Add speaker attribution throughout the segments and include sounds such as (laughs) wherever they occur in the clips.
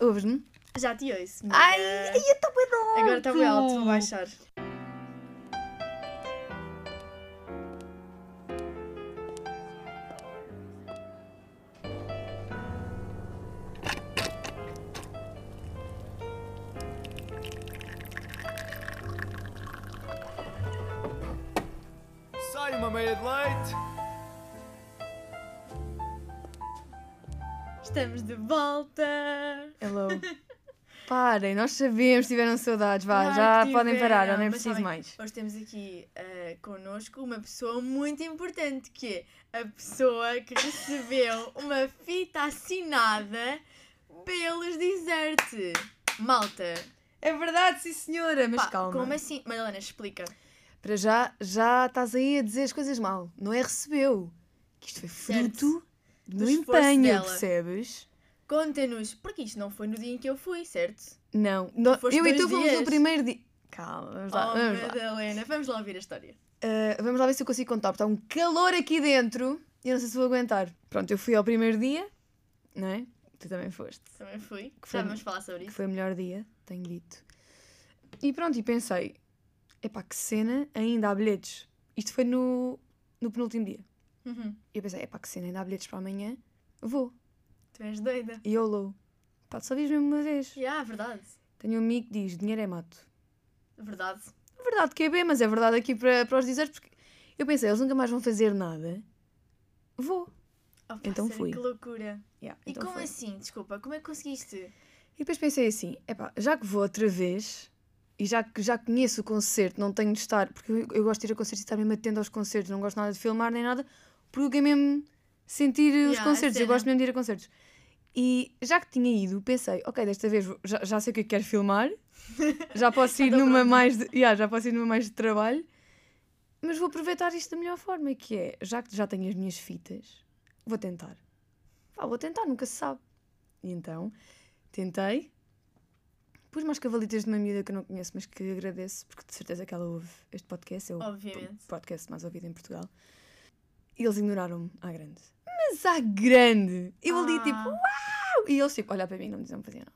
Speaker 1: Ouves-me?
Speaker 2: Já te ouço. amiga.
Speaker 1: Ai, ai, eu estou bem alto!
Speaker 2: Uhum. Agora está bem alto, vou baixar.
Speaker 3: Sai uma meia de leite.
Speaker 2: Estamos de volta.
Speaker 1: Hello. Parem, nós sabemos, tiveram saudades, vá,
Speaker 2: Claro
Speaker 1: já
Speaker 2: que
Speaker 1: podem parar, eu
Speaker 2: tiveram,
Speaker 1: nem
Speaker 2: mas
Speaker 1: preciso
Speaker 2: sabem,
Speaker 1: mais.
Speaker 2: Hoje temos aqui eh, connosco uma pessoa muito importante, que é a pessoa que
Speaker 1: (laughs)
Speaker 2: recebeu uma fita assinada pelos Desert. Malta,
Speaker 1: É verdade, sim senhora, mas
Speaker 2: pá,
Speaker 1: calma.
Speaker 2: como assim? Madalena, explica.
Speaker 1: Para já, já estás aí a dizer as coisas mal. Não é recebeu. Que isto foi
Speaker 2: Certo.
Speaker 1: fruto do,
Speaker 2: Do esforço
Speaker 1: empenho,
Speaker 2: dela.
Speaker 1: percebes?
Speaker 2: Conta-nos, porque isto não foi no dia em que eu fui, certo?
Speaker 1: Não. no-
Speaker 2: foste
Speaker 1: eu e
Speaker 2: dois
Speaker 1: tu fomos
Speaker 2: dias.
Speaker 1: no primeiro dia. Calma, vamos lá,
Speaker 2: oh,
Speaker 1: vamos lá.
Speaker 2: Madalena, vamos lá ouvir a história.
Speaker 1: Ah, vamos lá ver se eu consigo contar. porque Está um calor aqui dentro e eu não sei se vou aguentar. Pronto, eu fui ao primeiro dia, não é? Tu também foste.
Speaker 2: Também fui.
Speaker 1: Que foi-
Speaker 2: Já vamos falar sobre
Speaker 1: que
Speaker 2: isso.
Speaker 1: foi o melhor dia, tenho dito. E pronto, e pensei, epá, que cena, ainda há bilhetes. Isto foi no, no penúltimo dia.
Speaker 2: Uhum.
Speaker 1: E eu pensei, epá, que cena, ainda há bilhetes para amanhã, vou.
Speaker 2: Tu és doida.
Speaker 1: E YOLO. Pá, só vives mesmo uma vez.
Speaker 2: Já, yeah, verdade.
Speaker 1: Tenho um amigo que diz, dinheiro é mato.
Speaker 2: Verdade.
Speaker 1: É verdade que é bem, mas é verdade aqui para, para os dizer, porque eu pensei, eles nunca mais vão fazer nada. Vou.
Speaker 2: Oh, pá,
Speaker 1: Então
Speaker 2: sério,
Speaker 1: fui.
Speaker 2: Que loucura.
Speaker 1: Yeah,
Speaker 2: E
Speaker 1: então
Speaker 2: como
Speaker 1: foi.
Speaker 2: assim? Desculpa, como é que conseguiste?
Speaker 1: E depois pensei assim, epá, já que vou outra vez e já que já conheço o concerto, não tenho de estar, porque eu, eu gosto de ir a concertos e estar mesmo atento aos concertos, não gosto nada de filmar nem nada, porque eu quero mesmo sentir os
Speaker 2: Yeah, a
Speaker 1: concertos, eu
Speaker 2: cena.
Speaker 1: gosto mesmo de ir a concertos. E já que tinha ido, pensei, ok, desta vez vou- já, já sei o que é que quero
Speaker 2: (laughs)
Speaker 1: filmar, já posso ir
Speaker 2: tô
Speaker 1: numa
Speaker 2: pronta.
Speaker 1: mais de, yeah, já posso ir numa mais de trabalho, mas vou aproveitar isto da melhor forma, que é, já que já tenho as minhas fitas, vou tentar. Pá, vou tentar, nunca se sabe. E então, tentei. Pus mais cavalitas de uma miúda que eu não conheço, mas que agradeço, porque de certeza que ela ouve este podcast. É o
Speaker 2: Obviamente.
Speaker 1: po- podcast mais ouvido em Portugal. E eles ignoraram-me à grande. Mas à grande! Eu ali tipo,
Speaker 2: Ah.
Speaker 1: uau! E eles tipo, olhar para mim e não me diziam fazer nada.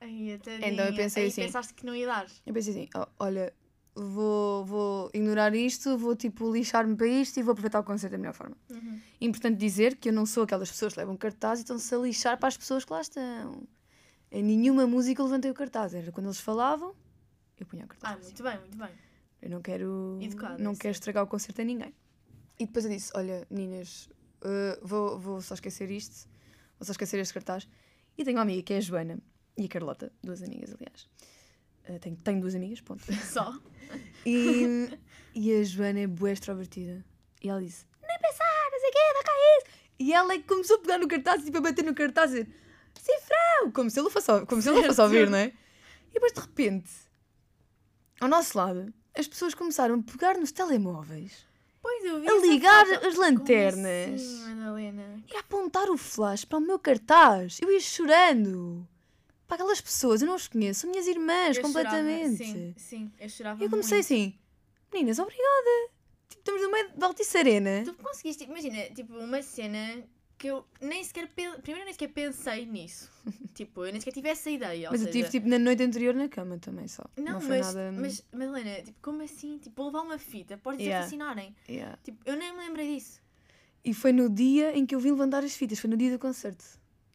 Speaker 2: Ai,
Speaker 1: Então eu pensei
Speaker 2: Aí
Speaker 1: assim.
Speaker 2: pensaste que não ia dar.
Speaker 1: Eu pensei assim, "Oh, olha, vou, vou ignorar isto, vou tipo lixar-me para isto e vou aproveitar o concerto da melhor forma.
Speaker 2: Uhum.
Speaker 1: Importante dizer que eu não sou aquelas pessoas que levam cartaz e estão-se a lixar para as pessoas que lá estão. Em nenhuma música eu levantei o cartaz. Era quando eles falavam, eu punha o cartaz.
Speaker 2: Ah,
Speaker 1: para cima.
Speaker 2: muito bem, muito bem.
Speaker 1: Eu não quero,
Speaker 2: Educada, é.
Speaker 1: não
Speaker 2: sim.
Speaker 1: quero estragar o concerto a ninguém. E depois eu disse: Olha, meninas, eh, vou, vou só esquecer isto, vou só esquecer este cartaz. E tenho uma amiga que é a Joana e a Carlota, duas amigas, aliás. Eh, tenho, tenho duas amigas, ponto. (laughs)
Speaker 2: Só. (laughs)
Speaker 1: E, e a Joana é bué extrovertida. E ela disse: Nem pensar, não sei o quê, dá cá isso. E ela é que começou a pegar no cartaz e tipo, a bater no cartaz e dizer: Cifrão! Como se ele fosse, ao- como se ele não fosse
Speaker 2: Certo.
Speaker 1: ouvir, não é? E depois de repente, ao nosso lado, as pessoas começaram a pegar nos telemóveis,
Speaker 2: Pois eu vi.
Speaker 1: a
Speaker 2: essa
Speaker 1: ligar
Speaker 2: foto.
Speaker 1: as
Speaker 2: Como
Speaker 1: lanternas
Speaker 2: assim, Madalena.
Speaker 1: e a apontar o flash para o meu cartaz. Eu ia chorando. Para aquelas pessoas, eu não as conheço, são minhas irmãs
Speaker 2: Eu
Speaker 1: completamente.
Speaker 2: Chorava. Sim, sim, eu chorava.
Speaker 1: E eu comecei
Speaker 2: muito.
Speaker 1: assim, meninas, obrigada. Tipo, estamos no meio de Altice Arena.
Speaker 2: Tu conseguiste, imagina, tipo, uma cena que eu nem sequer. pe- Primeiro, eu nem sequer
Speaker 1: (laughs)
Speaker 2: pensei nisso. tipo, eu nem sequer tive essa ideia. ou
Speaker 1: Mas eu
Speaker 2: seja,
Speaker 1: tive tipo na noite anterior na cama também só. Não,
Speaker 2: Não,
Speaker 1: foi
Speaker 2: mas,
Speaker 1: nada.
Speaker 2: mas, Madalena, tipo, como assim? Tipo, levar uma fita, podes dizer
Speaker 1: Yeah.
Speaker 2: que assinarem.
Speaker 1: Yeah.
Speaker 2: Tipo, eu nem me lembrei disso.
Speaker 1: E foi no dia em que eu vim levantar as fitas, foi no dia do concerto.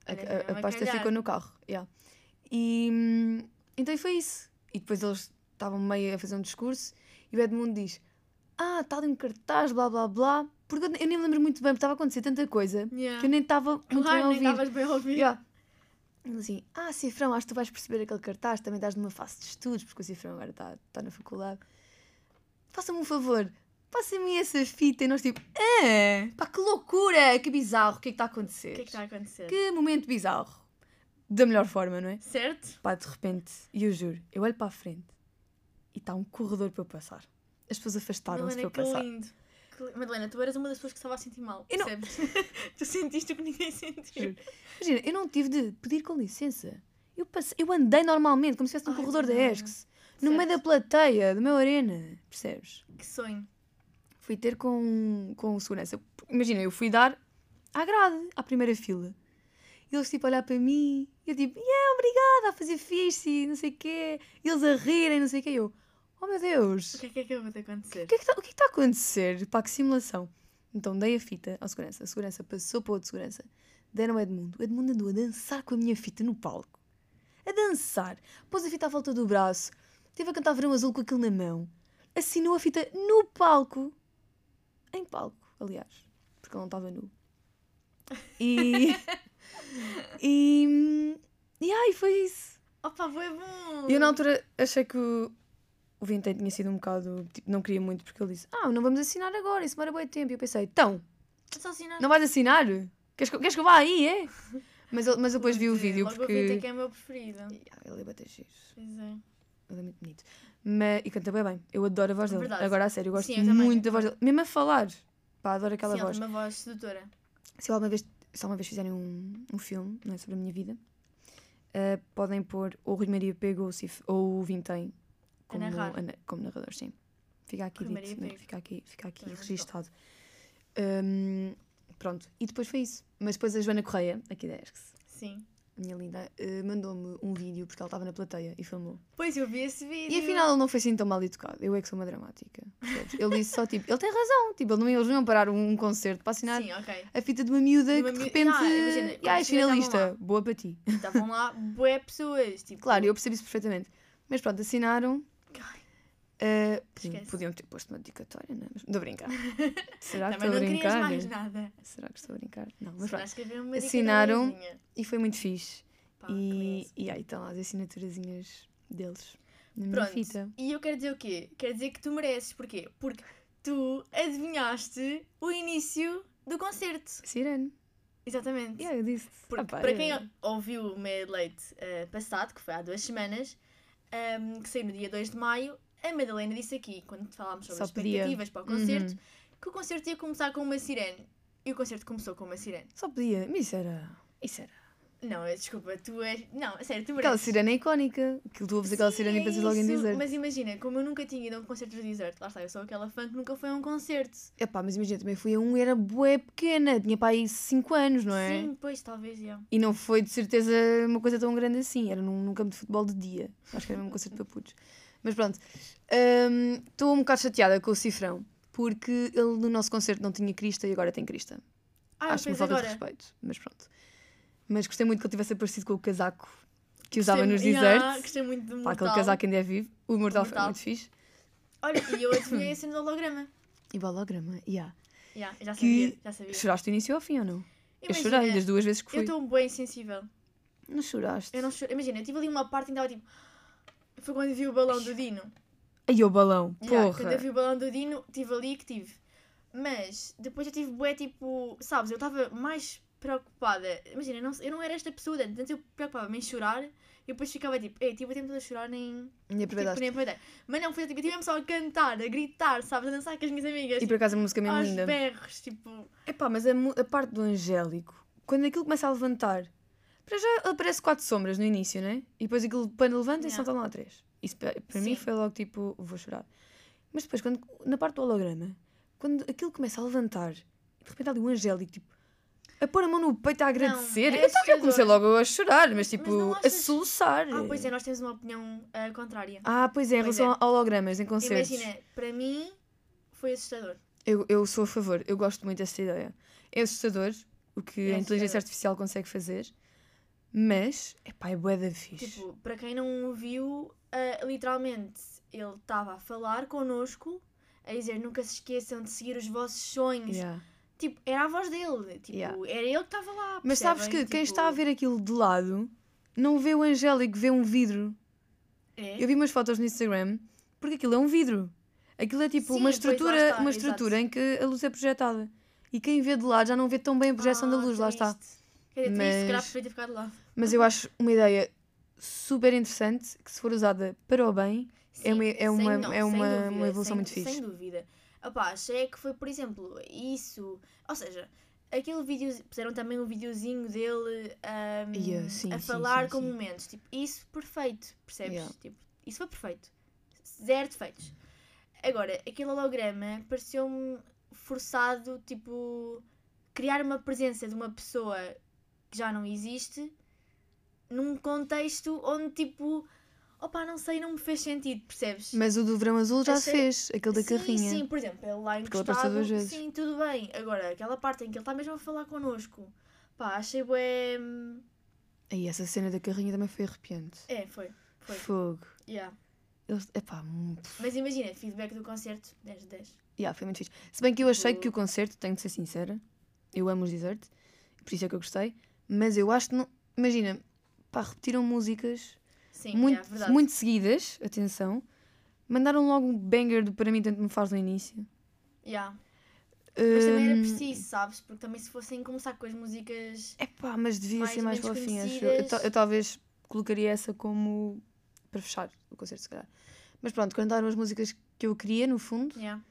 Speaker 1: A,
Speaker 2: Olha,
Speaker 1: a- a
Speaker 2: mesmo a
Speaker 1: pasta
Speaker 2: calhar.
Speaker 1: ficou no carro. Yeah. E hum, então foi isso. E depois eles estavam meio a fazer um discurso e o Edmundo diz: Ah, está ali um cartaz, blá blá blá. Porque eu ne- eu nem me lembro muito bem, porque estava a acontecer tanta coisa
Speaker 2: Yeah.
Speaker 1: que eu nem estava muito bem a
Speaker 2: Claro, nem
Speaker 1: ouvir.
Speaker 2: estavas bem a ouvir.
Speaker 1: Yeah. Ele assim, ah, Cifrão, acho que tu vais perceber aquele cartaz, também estás numa fase de estudos, porque o Cifrão agora está está na faculdade. Faça-me um favor, passa-me essa fita. E nós tipo, ah, pá, que loucura, que bizarro, o que é que está a acontecer?
Speaker 2: O que é que está a acontecer?
Speaker 1: Que momento bizarro. Da melhor forma, não é?
Speaker 2: Certo?
Speaker 1: Pá, de repente, e eu juro, eu olho para a frente e está um corredor para eu passar. As pessoas afastaram-se para
Speaker 2: Madalena,
Speaker 1: eu
Speaker 2: que
Speaker 1: passar.
Speaker 2: lindo. Que li- Madalena, tu eras uma das pessoas que estava a sentir mal,
Speaker 1: Eu não-
Speaker 2: percebes? (laughs) tu sentiste o que ninguém sentiu.
Speaker 1: Juro. Imagina, eu não tive de pedir com licença. Eu, passei, eu andei normalmente, como se estivesse num
Speaker 2: Ai,
Speaker 1: corredor da
Speaker 2: Madalena.
Speaker 1: ESCS, no meio da plateia, do meu arena, percebes?
Speaker 2: Que sonho.
Speaker 1: Fui ter com, com segurança. Imagina, eu fui dar à grade, à primeira fila. E eles tipo a olhar para mim E eu tipo, yeah, obrigada, a fazer fixe, e não sei o quê. E eles a rirem, não sei o quê. E eu, oh meu Deus,
Speaker 2: O que é que acabou de acontecer?
Speaker 1: o que é que está a acontecer? Pá, que simulação. Então dei a fita ao segurança. A segurança passou para o outro segurança. Deram ao Edmundo. O Edmundo andou a dançar com a minha fita no palco. A dançar. Pôs a fita à volta do braço. Teve a cantar Verão Azul com aquilo na mão. Assinou a fita no palco. Em palco, aliás. Porque ele não estava nu. E... e... E ai, foi isso.
Speaker 2: Opa, foi bom!
Speaker 1: E eu na altura achei que o, o Vintém tinha sido um bocado. Tipo, não queria muito, porque ele disse: Ah, não vamos assinar agora, isso demora bem tempo. E eu pensei: Então,
Speaker 2: Só assim não.
Speaker 1: não vais assinar? Queres que, queres que eu vá aí,
Speaker 2: (laughs)
Speaker 1: é? Mas, eu- mas eu depois vi o
Speaker 2: Logo
Speaker 1: vídeo,
Speaker 2: Logo
Speaker 1: porque.
Speaker 2: a Rita que é o meu preferido.
Speaker 1: Yeah, Ele é bater giros.
Speaker 2: Pois é.
Speaker 1: Ele é muito bonito. Mas, e canta bem bem. Eu adoro a voz dele.
Speaker 2: É Verdade.
Speaker 1: Agora, a sério, eu gosto
Speaker 2: Sim, eu também.
Speaker 1: muito da voz dele. Mesmo a falar. Pá, adoro aquela
Speaker 2: Sim, ela
Speaker 1: voz.
Speaker 2: tem uma voz sedutora.
Speaker 1: se alguma vez, se alguma vez fizerem um, um filme não é, sobre a minha vida, eh, podem pôr ou o Rui Maria Pego ou o, Cif, ou o Vintém como,
Speaker 2: narrar.
Speaker 1: ana- como narrador, sim. Fica aqui
Speaker 2: Rui Maria
Speaker 1: dito, né?
Speaker 2: Pego.
Speaker 1: fica aqui, fica aqui
Speaker 2: Também muito
Speaker 1: registado. Hum, pronto, e depois foi isso. Mas depois a Joana Correia, aqui da ESCS,
Speaker 2: Sim.
Speaker 1: minha linda, eh, mandou-me um vídeo porque ela estava na plateia e filmou.
Speaker 2: Pois eu vi esse vídeo.
Speaker 1: E afinal ele não foi assim tão mal educado. Eu é que sou uma dramática. percebes? Ele disse só tipo, ele tem razão, tipo, ele não, eles não iam parar um concerto para assinar
Speaker 2: Sim, ok.
Speaker 1: a fita de uma miúda
Speaker 2: De uma
Speaker 1: que de
Speaker 2: miú-
Speaker 1: repente.
Speaker 2: Ah, imagina,
Speaker 1: "Ya,
Speaker 2: quando
Speaker 1: és
Speaker 2: chega, estavam
Speaker 1: finalista, é boa para ti. (laughs)
Speaker 2: Estavam lá bué pessoas. Tipo,
Speaker 1: Claro, eu percebi isso perfeitamente. Mas pronto, assinaram.
Speaker 2: Ai.
Speaker 1: Ah, podiam,
Speaker 2: Esquece.
Speaker 1: podiam ter posto uma dedicatória, não é? Mas Estou a
Speaker 2: (laughs)
Speaker 1: brincar. Será que estou
Speaker 2: Também
Speaker 1: a
Speaker 2: não querias
Speaker 1: brincar?
Speaker 2: mais nada.
Speaker 1: Será que estou a brincar? Não, mas
Speaker 2: Mas
Speaker 1: pronto.
Speaker 2: escrever uma
Speaker 1: assinaram
Speaker 2: dicatóriazinha.
Speaker 1: E foi muito fixe.
Speaker 2: Pá,
Speaker 1: e,
Speaker 2: que
Speaker 1: e aí estão lá as assinaturazinhas deles na minha
Speaker 2: Pronto.
Speaker 1: fita.
Speaker 2: E eu quero dizer o quê? Quero dizer que tu mereces. Porquê? Porque tu adivinhaste o início do concerto.
Speaker 1: Sirene.
Speaker 2: Exatamente.
Speaker 1: Yeah, Ah, eu disse.
Speaker 2: Porque, para quem ouviu o Medelate eh, passado, que foi há duas semanas, ehm, que saiu no dia 2 de maio, a Madalena disse aqui, quando falámos sobre
Speaker 1: Só
Speaker 2: as
Speaker 1: podia. Uhum.
Speaker 2: expectativas para o concerto, que o concerto ia começar com uma sirene. E o concerto começou com uma sirene.
Speaker 1: Só podia. Mas isso era. Isso era.
Speaker 2: Não, eh, desculpa, tu és. Não, a sério, tu
Speaker 1: Aquela
Speaker 2: mereces.
Speaker 1: sirene é icónica. Que tu ouves aquela
Speaker 2: Sim,
Speaker 1: sirene
Speaker 2: é
Speaker 1: e pensas logo em
Speaker 2: isso.
Speaker 1: dizer.
Speaker 2: Mas imagina, como eu nunca tinha ido a um concerto de deserto, lá está, eu sou aquela fã que nunca foi a um concerto.
Speaker 1: Epá, mas imagina, também fui a um e era bué pequena, tinha pá aí 5 anos, não é?
Speaker 2: Sim, pois, talvez, já.
Speaker 1: E não foi de certeza uma coisa tão grande assim, era num, num campo de futebol de dia, acho que era mesmo um concerto para putos. Mas pronto, Hum, estou um bocado chateada com o Cifrão, porque ele no nosso concerto não tinha Crista e agora tem Crista.
Speaker 2: Ah,
Speaker 1: acho uma
Speaker 2: pois
Speaker 1: falta
Speaker 2: agora.
Speaker 1: de respeito, mas pronto. Mas gostei muito que ele tivesse aparecido com o casaco que
Speaker 2: Gostei
Speaker 1: usava nos
Speaker 2: mu- Ya,
Speaker 1: desertos.
Speaker 2: Gostei muito do
Speaker 1: Pá,
Speaker 2: mortal.
Speaker 1: aquele casaco ainda é vivo, o mortal, foi
Speaker 2: Mortal.
Speaker 1: muito fixe.
Speaker 2: Olha, e eu adivinhei a cena do holograma.
Speaker 1: E balograma, yeah.
Speaker 2: Já, já
Speaker 1: Que-
Speaker 2: sabia, já sabia.
Speaker 1: Choraste do início ao fim ou não? eu
Speaker 2: Imagina,
Speaker 1: chorei das duas vezes que
Speaker 2: Eu
Speaker 1: fui.
Speaker 2: estou bem sensível.
Speaker 1: Não choraste?
Speaker 2: Eu não choro. Imagina, eu tive ali uma parte em que estava tipo. Foi quando vi o balão do Dino.
Speaker 1: Aí o balão,
Speaker 2: Yeah,
Speaker 1: porra.
Speaker 2: quando eu vi o balão do Dino, tive ali que tive. Mas depois eu tive bué tipo. Sabes, eu estava mais preocupada. Imagina, eu não, eu não era esta pessoa de antes. Antes eu preocupava-me em chorar e depois ficava tipo, ei, tive o tempo todo a chorar nem.
Speaker 1: Nem
Speaker 2: Tipo,
Speaker 1: aproveitaste.
Speaker 2: nem aproveitei. Mas não, foi tipo, eu tive mesmo só a cantar, a gritar, sabes, a dançar com as minhas amigas.
Speaker 1: E por acaso a música é
Speaker 2: tipo,
Speaker 1: mesmo
Speaker 2: aos
Speaker 1: linda.
Speaker 2: berros, tipo.
Speaker 1: Epá, mas a, mu- a parte do Angélico, quando aquilo começa a levantar, para já aparece quatro sombras no início, né? E depois aquilo quando levanta e só
Speaker 2: Yeah.
Speaker 1: estão lá três. Isso pa- para mim
Speaker 2: Sim.
Speaker 1: foi logo tipo, vou chorar. Mas depois, quando, na parte do holograma, quando aquilo começa a levantar, de repente há ali o Angélico, tipo, a pôr a mão no peito a agradecer. então
Speaker 2: é
Speaker 1: eu comecei
Speaker 2: assustador.
Speaker 1: logo a chorar, mas
Speaker 2: não
Speaker 1: tipo, a
Speaker 2: achas-
Speaker 1: soluçar.
Speaker 2: Ah, pois é, nós temos uma opinião ah, contrária.
Speaker 1: Ah, pois é, em
Speaker 2: Pois
Speaker 1: relação a hologramas em concertos.
Speaker 2: Imagina, para mim foi assustador.
Speaker 1: Eu, eu sou a favor, eu gosto muito desta ideia. É assustador o que
Speaker 2: É
Speaker 1: a inteligência
Speaker 2: assustador.
Speaker 1: artificial consegue fazer, mas epá, é bué da fixe.
Speaker 2: Tipo, para quem não ouviu, literalmente ele estava a falar connosco, a dizer nunca se esqueçam de seguir os vossos sonhos.
Speaker 1: Yeah.
Speaker 2: Tipo, era a voz dele, tipo,
Speaker 1: Yeah.
Speaker 2: era ele que estava lá.
Speaker 1: Mas sabes que
Speaker 2: percebem?
Speaker 1: quem
Speaker 2: Tipo,
Speaker 1: está a ver aquilo de lado não vê o Angélico, vê um vidro.
Speaker 2: é?
Speaker 1: Eu vi umas fotos no Instagram porque aquilo é um vidro. Aquilo é tipo
Speaker 2: Sim,
Speaker 1: uma
Speaker 2: pois, lá
Speaker 1: estrutura,
Speaker 2: está,
Speaker 1: uma
Speaker 2: exato.
Speaker 1: estrutura em que a luz é projetada. E quem vê de lado já não vê tão bem a projeção da
Speaker 2: Ah, Uhum.
Speaker 1: luz, lá está.
Speaker 2: triste. Quer dizer, triste, se calhar
Speaker 1: Mas-
Speaker 2: preferia ter ficado lá.
Speaker 1: Mas eu acho uma ideia super interessante que se for usada para o bem, É uma- é
Speaker 2: sem-
Speaker 1: uma-
Speaker 2: não,
Speaker 1: é
Speaker 2: sem
Speaker 1: uma-
Speaker 2: dúvida,
Speaker 1: uma evolução
Speaker 2: sem-
Speaker 1: muito fixe.
Speaker 2: Sem dúvida. Opá, achei é que foi, por exemplo, isso. Ou seja, aquele vídeo. Puseram também um videozinho dele ahm,
Speaker 1: Yeah, sim,
Speaker 2: a
Speaker 1: sim,
Speaker 2: falar
Speaker 1: sim,
Speaker 2: com
Speaker 1: sim.
Speaker 2: momentos. Tipo, isso perfeito, percebes?
Speaker 1: Yeah.
Speaker 2: Tipo, isso foi perfeito. Zero defeitos. Agora, aquele holograma pareceu-me forçado, tipo, criar uma presença de uma pessoa que já não existe num contexto onde tipo, opá, não sei, não me fez sentido, percebes?
Speaker 1: Mas o do verão azul já se
Speaker 2: Achei-
Speaker 1: fez, aquele da
Speaker 2: sim,
Speaker 1: carrinha.
Speaker 2: Sim, por exemplo, ele lá
Speaker 1: Porque ele apareceu
Speaker 2: encostado,
Speaker 1: duas vezes.
Speaker 2: sim, tudo bem. Agora, aquela parte em que ele está mesmo a falar connosco, pá, achei bué... hum,
Speaker 1: Aí essa cena da carrinha também foi arrepiante.
Speaker 2: É, foi, foi,
Speaker 1: Fogo.
Speaker 2: yeah.
Speaker 1: Eles, epá, hum, pff,
Speaker 2: Mas imagina, feedback do concerto, 10 de 10.
Speaker 1: yeah, foi muito fixe. Se bem que eu achei
Speaker 2: Tipo-
Speaker 1: que o concerto, tenho de ser sincera, eu amo os desert, por isso é que eu gostei, mas eu acho que não. Imagina, pá, repetiram músicas
Speaker 2: Sim,
Speaker 1: muito,
Speaker 2: yeah, verdade.
Speaker 1: muito seguidas, atenção. Mandaram logo um banger do Para mim, tanto me faz no início.
Speaker 2: Yeah. Mas também era
Speaker 1: Hum,
Speaker 2: preciso, sabes? Porque também se fossem começar com as músicas...
Speaker 1: Epá, mas devia
Speaker 2: mais
Speaker 1: ser mais
Speaker 2: menos
Speaker 1: fofinha, acho eu. Eu,
Speaker 2: conhecidas.
Speaker 1: ta- eu talvez colocaria essa como para fechar o concerto, se calhar. Mas pronto, cantaram as músicas que eu queria, no fundo,
Speaker 2: Yeah.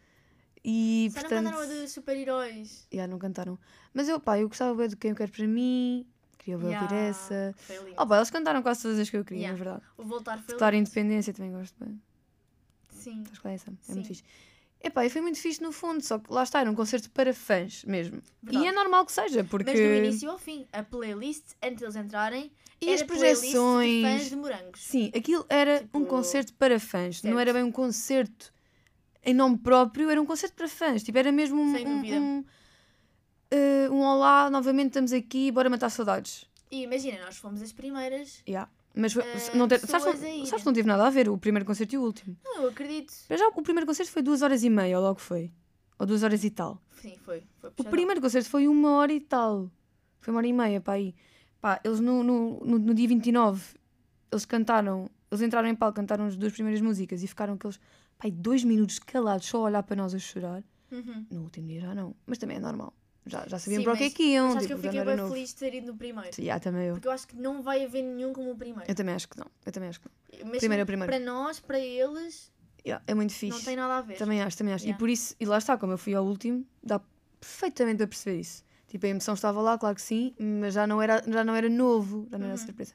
Speaker 1: e
Speaker 2: Só
Speaker 1: portanto.
Speaker 2: não cantaram a de super-heróis.
Speaker 1: Yeah, não cantaram. Mas eu, pá, eu gostava bem do Quem Eu Quero Para Mim, queria bem ouvir
Speaker 2: Yeah,
Speaker 1: essa.
Speaker 2: Foi lindo.
Speaker 1: Oh, pá, eles cantaram quase todas as que eu queria,
Speaker 2: Yeah.
Speaker 1: na verdade.
Speaker 2: O voltar foi
Speaker 1: Declaro
Speaker 2: lindo.
Speaker 1: Independência também gosto bem.
Speaker 2: Sim.
Speaker 1: Estás claro essa? É
Speaker 2: Sim.
Speaker 1: muito fixe. Epá, e foi muito fixe no fundo, só que lá está, era um concerto para fãs mesmo.
Speaker 2: Verdade.
Speaker 1: E é normal que seja, porque.
Speaker 2: Mas do início ao fim, a playlist, antes deles entrarem,
Speaker 1: e as
Speaker 2: era playlist
Speaker 1: projeções.
Speaker 2: de fãs de morangos.
Speaker 1: Sim, aquilo era um
Speaker 2: Tipo,
Speaker 1: concerto para fãs, não era
Speaker 2: certo.
Speaker 1: bem um concerto em nome próprio, era um concerto para fãs. Tipo, era mesmo um.
Speaker 2: Sem
Speaker 1: um-
Speaker 2: dúvida.
Speaker 1: um, eh, um olá, novamente estamos aqui, bora matar saudades.
Speaker 2: E imagina, nós fomos as primeiras.
Speaker 1: Yeah. Mas foi-
Speaker 2: Eh,
Speaker 1: não te-
Speaker 2: pessoas
Speaker 1: sabes,
Speaker 2: a irem.
Speaker 1: sabes que não teve nada a ver o primeiro concerto e o último.
Speaker 2: Não, Ah, eu acredito.
Speaker 1: Para já, o primeiro concerto foi duas horas e meia, ou logo foi. Ou duas horas e tal.
Speaker 2: Sim, foi. foi
Speaker 1: O
Speaker 2: puxadão.
Speaker 1: primeiro concerto foi uma hora e tal. Foi uma hora e meia, pá, aí. Pá, eles no, no, no, no dia 29, eles cantaram, eles entraram em palco, cantaram as duas primeiras músicas e ficaram aqueles, pá, aí dois minutos calados, só a olhar para nós a chorar.
Speaker 2: Uhum.
Speaker 1: No último dia já não, mas também é normal. Já, já sabiam
Speaker 2: Sim,
Speaker 1: para o que é
Speaker 2: mas-
Speaker 1: que iam,
Speaker 2: Mas acho que
Speaker 1: tipo,
Speaker 2: eu
Speaker 1: já não
Speaker 2: fiquei
Speaker 1: era
Speaker 2: bem
Speaker 1: novo.
Speaker 2: feliz de ter ido no primeiro.
Speaker 1: Sim, yeah, também eu.
Speaker 2: Porque eu acho que não vai haver nenhum como o primeiro.
Speaker 1: Eu também acho que não, eu também acho que não.
Speaker 2: Mesmo
Speaker 1: primeiro é o primeiro.
Speaker 2: Para nós, para eles,
Speaker 1: Yeah, é muito fixe.
Speaker 2: não tem nada a ver.
Speaker 1: Também acho, também acho. E
Speaker 2: Yeah.
Speaker 1: por isso, e lá está, como eu fui ao último, dá perfeitamente para perceber isso. Tipo, a emoção estava lá, claro que sim, mas já não era, já não era novo, já não era
Speaker 2: Uhum.
Speaker 1: surpresa.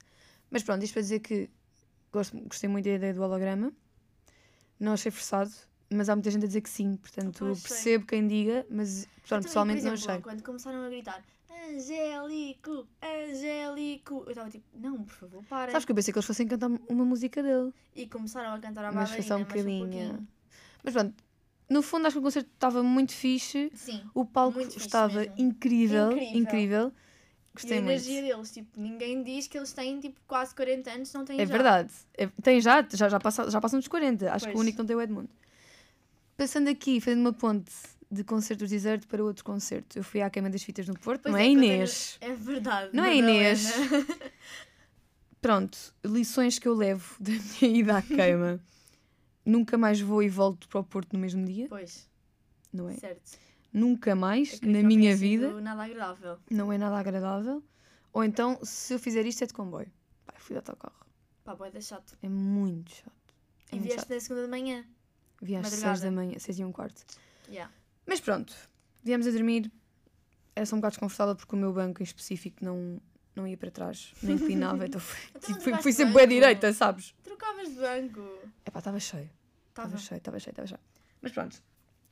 Speaker 1: Mas pronto, isto para dizer que gosto, gostei muito da ideia do holograma, não achei forçado, mas há muita gente a dizer que sim, portanto
Speaker 2: pois, sei.
Speaker 1: percebo quem diga, mas
Speaker 2: Eu
Speaker 1: portanto,
Speaker 2: também,
Speaker 1: pessoalmente
Speaker 2: Então, por
Speaker 1: não
Speaker 2: exemplo,
Speaker 1: achei.
Speaker 2: Quando começaram a gritar Angélico, Angélico, eu estava tipo, não, por favor, para.
Speaker 1: Sabes que eu pensei que eles fossem cantar uma música dele,
Speaker 2: E começaram a cantar a
Speaker 1: mas foi só um
Speaker 2: bailarina, mas foi
Speaker 1: bocadinho. Mas pronto, no fundo acho que o concerto estava muito fixe,
Speaker 2: Sim.
Speaker 1: o palco
Speaker 2: Muito fixe
Speaker 1: estava
Speaker 2: mesmo.
Speaker 1: incrível, incrível,
Speaker 2: Incrível.
Speaker 1: Gostei
Speaker 2: e a
Speaker 1: muito.
Speaker 2: energia deles, tipo, ninguém diz que eles têm tipo quase 40 anos, não têm
Speaker 1: É
Speaker 2: já.
Speaker 1: verdade. É- tem já, já, já, passa, já passam dos 40. Acho que o
Speaker 2: Pois.
Speaker 1: único que não tem é o Edmundo. Passando aqui, fazendo uma ponte de concerto do deserto para outro concerto. Eu fui à Queima das Fitas no Porto,
Speaker 2: Pois
Speaker 1: não
Speaker 2: é,
Speaker 1: é,
Speaker 2: que eu
Speaker 1: Inês?
Speaker 2: tenho- É verdade.
Speaker 1: Não é
Speaker 2: Madalena.
Speaker 1: Inês? Pronto, lições que eu levo (laughs) da minha ida
Speaker 2: (laughs)
Speaker 1: à queima. Nunca mais vou e volto para o Porto no mesmo dia,
Speaker 2: (laughs) Pois,
Speaker 1: não é?
Speaker 2: certo.
Speaker 1: Nunca mais,
Speaker 2: Acredito que
Speaker 1: na
Speaker 2: não
Speaker 1: minha
Speaker 2: tenha sido
Speaker 1: vida,
Speaker 2: Nada agradável.
Speaker 1: não é nada agradável. Ou então, se eu fizer isto é de comboio. Pá, eu fui de autocarro.
Speaker 2: Pá, boa, é chato.
Speaker 1: É muito chato. É
Speaker 2: E
Speaker 1: muito
Speaker 2: vieste
Speaker 1: chato.
Speaker 2: na segunda de manhã.
Speaker 1: Vi às 6
Speaker 2: madrugada.
Speaker 1: da manhã, 6 e um quarto.
Speaker 2: Yeah.
Speaker 1: Mas pronto, viemos a dormir. Era só um bocado desconfortável porque o meu banco em específico não, não ia para trás, não inclinava, então (laughs) foi,
Speaker 2: Então não
Speaker 1: tipo, fui,
Speaker 2: trocaste
Speaker 1: fui sempre
Speaker 2: banco.
Speaker 1: bem direita, sabes?
Speaker 2: Trocavas de banco.
Speaker 1: Epá, estava cheio,
Speaker 2: Tava.
Speaker 1: estava cheio, estava cheio, estava cheio. Mas pronto,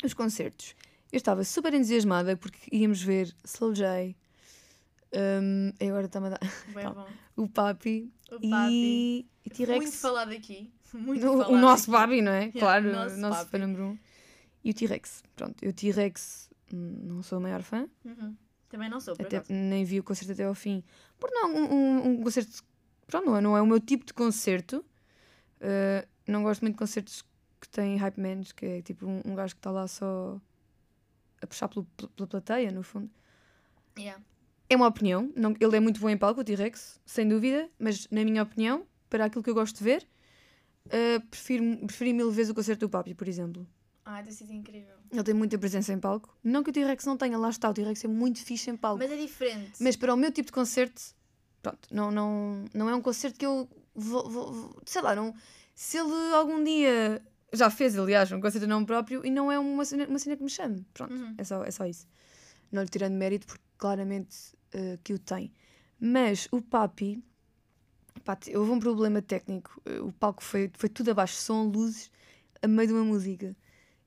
Speaker 1: os concertos. Eu estava super entusiasmada porque íamos ver Slow J, hum, e agora está-me a dar (laughs)
Speaker 2: Bem
Speaker 1: Tá.
Speaker 2: bom.
Speaker 1: o Papi,
Speaker 2: O Papi.
Speaker 1: e, e
Speaker 2: Muito
Speaker 1: T-Rex.
Speaker 2: falado aqui. (laughs) Muito
Speaker 1: O-
Speaker 2: falado
Speaker 1: o nosso
Speaker 2: aqui.
Speaker 1: Barbie, não é?
Speaker 2: Yeah,
Speaker 1: claro,
Speaker 2: o
Speaker 1: o
Speaker 2: nosso
Speaker 1: nosso,
Speaker 2: Barbie.
Speaker 1: fã número um. E o T-Rex. Pronto, eu T-Rex hum, não sou a maior fã,
Speaker 2: Uhum. Também não sou, por
Speaker 1: até
Speaker 2: acaso.
Speaker 1: nem vi o concerto até ao fim. Porque não, um, um, um concerto. Pronto, não é, não é o meu tipo de concerto. Uh, não gosto muito de concertos que têm hype mans, que é tipo um, um gajo que está lá só a puxar pelo- pela- pela plateia, no fundo.
Speaker 2: Yeah.
Speaker 1: É uma opinião. Não, ele é muito bom em palco, o T-Rex, sem dúvida, mas na minha opinião, para aquilo que eu gosto de ver, uh, prefiro, preferi mil vezes o concerto do Papi, por exemplo.
Speaker 2: Ah, tem sido incrível.
Speaker 1: Ele tem muita presença em palco. Não que o T-Rex não tenha, lá está, o T-Rex é muito fixe em palco. Mas,
Speaker 2: Mas é diferente.
Speaker 1: para o meu tipo de concerto, pronto, não, não, não é um concerto que eu vou, vou- vou- sei lá, não, se ele algum dia já fez, aliás, um concerto não próprio e não é uma cena, uma cena que me chame. Pronto,
Speaker 2: Uhum.
Speaker 1: é, só, é só isso. Não lhe tirando mérito porque claramente eh, que o tem. Mas o Papi, pá, te- houve um problema técnico. Eh, O palco foi, foi tudo abaixo, som, luzes, a meio de uma música.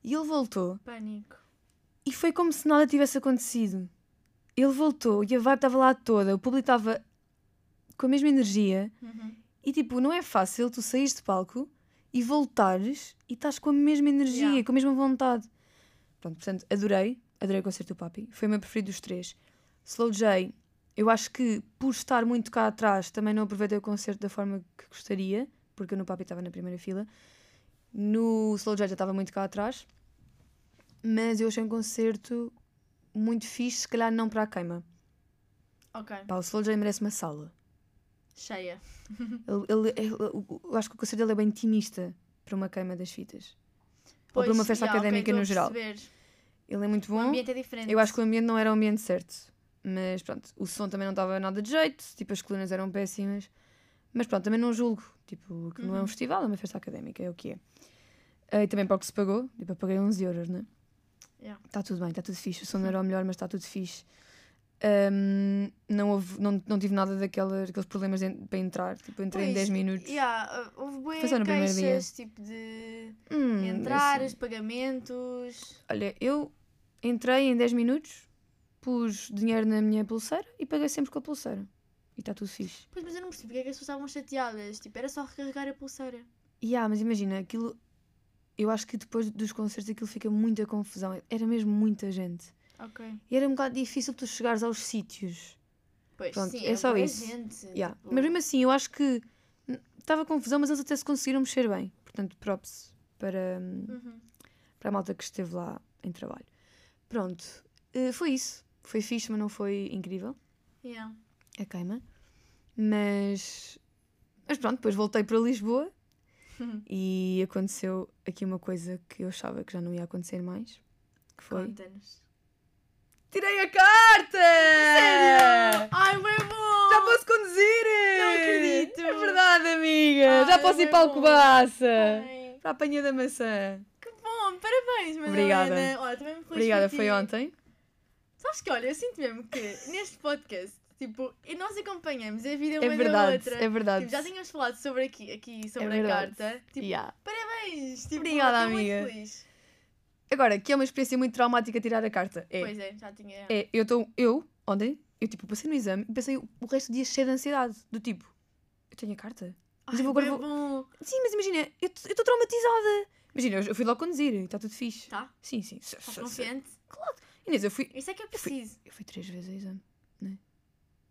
Speaker 1: E ele voltou.
Speaker 2: Pânico.
Speaker 1: E foi como se nada tivesse acontecido. Ele voltou e a vibe estava lá toda, o público estava com a mesma energia.
Speaker 2: Uhum.
Speaker 1: E tipo, não é fácil tu saís de palco e voltares e estás com a mesma energia,
Speaker 2: Yeah.
Speaker 1: com a mesma vontade. Pronto, portanto, adorei, adorei o concerto do Papi. Foi o meu preferido dos três. Slow J, eu acho que por estar muito cá atrás também não aproveitei o concerto da forma que gostaria, porque eu no Papi estava na primeira fila. No Slow J já estava muito cá atrás. Mas eu achei um concerto muito fixe, se calhar não para a queima.
Speaker 2: Ok.
Speaker 1: Pá, o Slow J merece uma sala.
Speaker 2: Cheia.
Speaker 1: Ele, ele- é, ele- eu- eu acho que o conselho dele é bem intimista para uma queima das fitas. Ou para uma
Speaker 2: Pois,
Speaker 1: festa
Speaker 2: yeah, ok,
Speaker 1: académica
Speaker 2: estou
Speaker 1: no
Speaker 2: a
Speaker 1: geral.
Speaker 2: perceber.
Speaker 1: Ele é muito
Speaker 2: O
Speaker 1: bom.
Speaker 2: ambiente é diferente.
Speaker 1: Eu acho que o ambiente não era o ambiente certo. Mas pronto, o som também não estava nada de jeito, tipo, as colunas eram péssimas. Mas pronto, também não julgo. Tipo, que não é um
Speaker 2: Uhum.
Speaker 1: festival, é uma festa académica, é o que é. Ah, E também para o que se pagou, tipo, eu paguei 11 euros, né?
Speaker 2: Yeah.
Speaker 1: Está tudo bem, está tudo fixe. O som não
Speaker 2: (laughs)
Speaker 1: era o melhor, mas está tudo fixe. Ahm, não, houve, não, não tive nada daquela, daqueles problemas de- para entrar, tipo, entrei em
Speaker 2: Pois,
Speaker 1: 10 minutos.
Speaker 2: Yeah, uh, houve bué
Speaker 1: Foi só no primeiro dia.
Speaker 2: queixas, tipo de
Speaker 1: Hum,
Speaker 2: entrar,
Speaker 1: assim,
Speaker 2: os pagamentos.
Speaker 1: Olha, eu entrei em 10 minutos, pus dinheiro na minha pulseira e paguei sempre com a pulseira. E está tudo fixe.
Speaker 2: Pois, mas eu não percebi porque é que as pessoas estavam chateadas. Tipo, era só recarregar a pulseira.
Speaker 1: E ah, mas imagina, aquilo. Eu acho que depois dos concertos aquilo fica muita confusão. Era mesmo muita gente.
Speaker 2: Ok.
Speaker 1: E era um bocado difícil tu chegares aos sítios.
Speaker 2: Pois,
Speaker 1: Pronto,
Speaker 2: sim,
Speaker 1: é só
Speaker 2: bué
Speaker 1: isso.
Speaker 2: gente,
Speaker 1: Yeah.
Speaker 2: tipo,
Speaker 1: Mas mesmo assim, eu acho que n- estava confusão, mas eles até se conseguiram mexer bem. Portanto, props para, hum,
Speaker 2: uhum.
Speaker 1: para a malta que esteve lá em trabalho. Pronto, eh, foi isso. Foi fixe, mas não foi incrível.
Speaker 2: Yeah.
Speaker 1: a queima. Mas, mas pronto, depois voltei para
Speaker 2: (laughs)
Speaker 1: Lisboa e aconteceu aqui uma coisa que eu achava que já não ia acontecer mais. Que foi.
Speaker 2: Conta-nos.
Speaker 1: Tirei a carta! Sério?
Speaker 2: Ai, bem bom!
Speaker 1: Já posso conduzir!
Speaker 2: Não acredito!
Speaker 1: É verdade, amiga!
Speaker 2: Ai,
Speaker 1: já posso ir
Speaker 2: bem
Speaker 1: para o
Speaker 2: bom.
Speaker 1: Cobaça!
Speaker 2: Ai,
Speaker 1: Para a apanha da maçã!
Speaker 2: que bom! Parabéns, Madalena!
Speaker 1: Obrigada.
Speaker 2: Olha, também me feliz
Speaker 1: Obrigada,
Speaker 2: por
Speaker 1: foi
Speaker 2: ti.
Speaker 1: ontem.
Speaker 2: Sabes que, olha, eu sinto mesmo que neste podcast, tipo, e nós acompanhamos a vida
Speaker 1: É
Speaker 2: uma da
Speaker 1: verdade,
Speaker 2: outra.
Speaker 1: é verdade.
Speaker 2: Tipo, já tínhamos falado sobre aqui, aqui
Speaker 1: É
Speaker 2: sobre a
Speaker 1: verdade.
Speaker 2: carta. Tipo,
Speaker 1: Yeah.
Speaker 2: parabéns! Tipo,
Speaker 1: Obrigada,
Speaker 2: estou muito
Speaker 1: amiga.
Speaker 2: feliz.
Speaker 1: Agora, que é uma experiência muito traumática tirar a carta. É.
Speaker 2: Pois é, já tinha.
Speaker 1: É, eu estou. Eu, ontem, eu tipo, passei no exame e passei o o resto do dia cheio de ansiedade. Do tipo, eu tenho a carta?
Speaker 2: Ai,
Speaker 1: eu vou agora vou-
Speaker 2: bué bom!
Speaker 1: Sim, mas imagina, eu estou traumatizada. Imagina, eu, eu fui logo conduzir, está tudo fixe.
Speaker 2: Tá?
Speaker 1: Sim, sim. se-
Speaker 2: Estás
Speaker 1: se-
Speaker 2: confiante?
Speaker 1: se- Inês, eu fui,
Speaker 2: Isso é que é
Speaker 1: fui-
Speaker 2: preciso.
Speaker 1: eu fui três vezes a exame, né?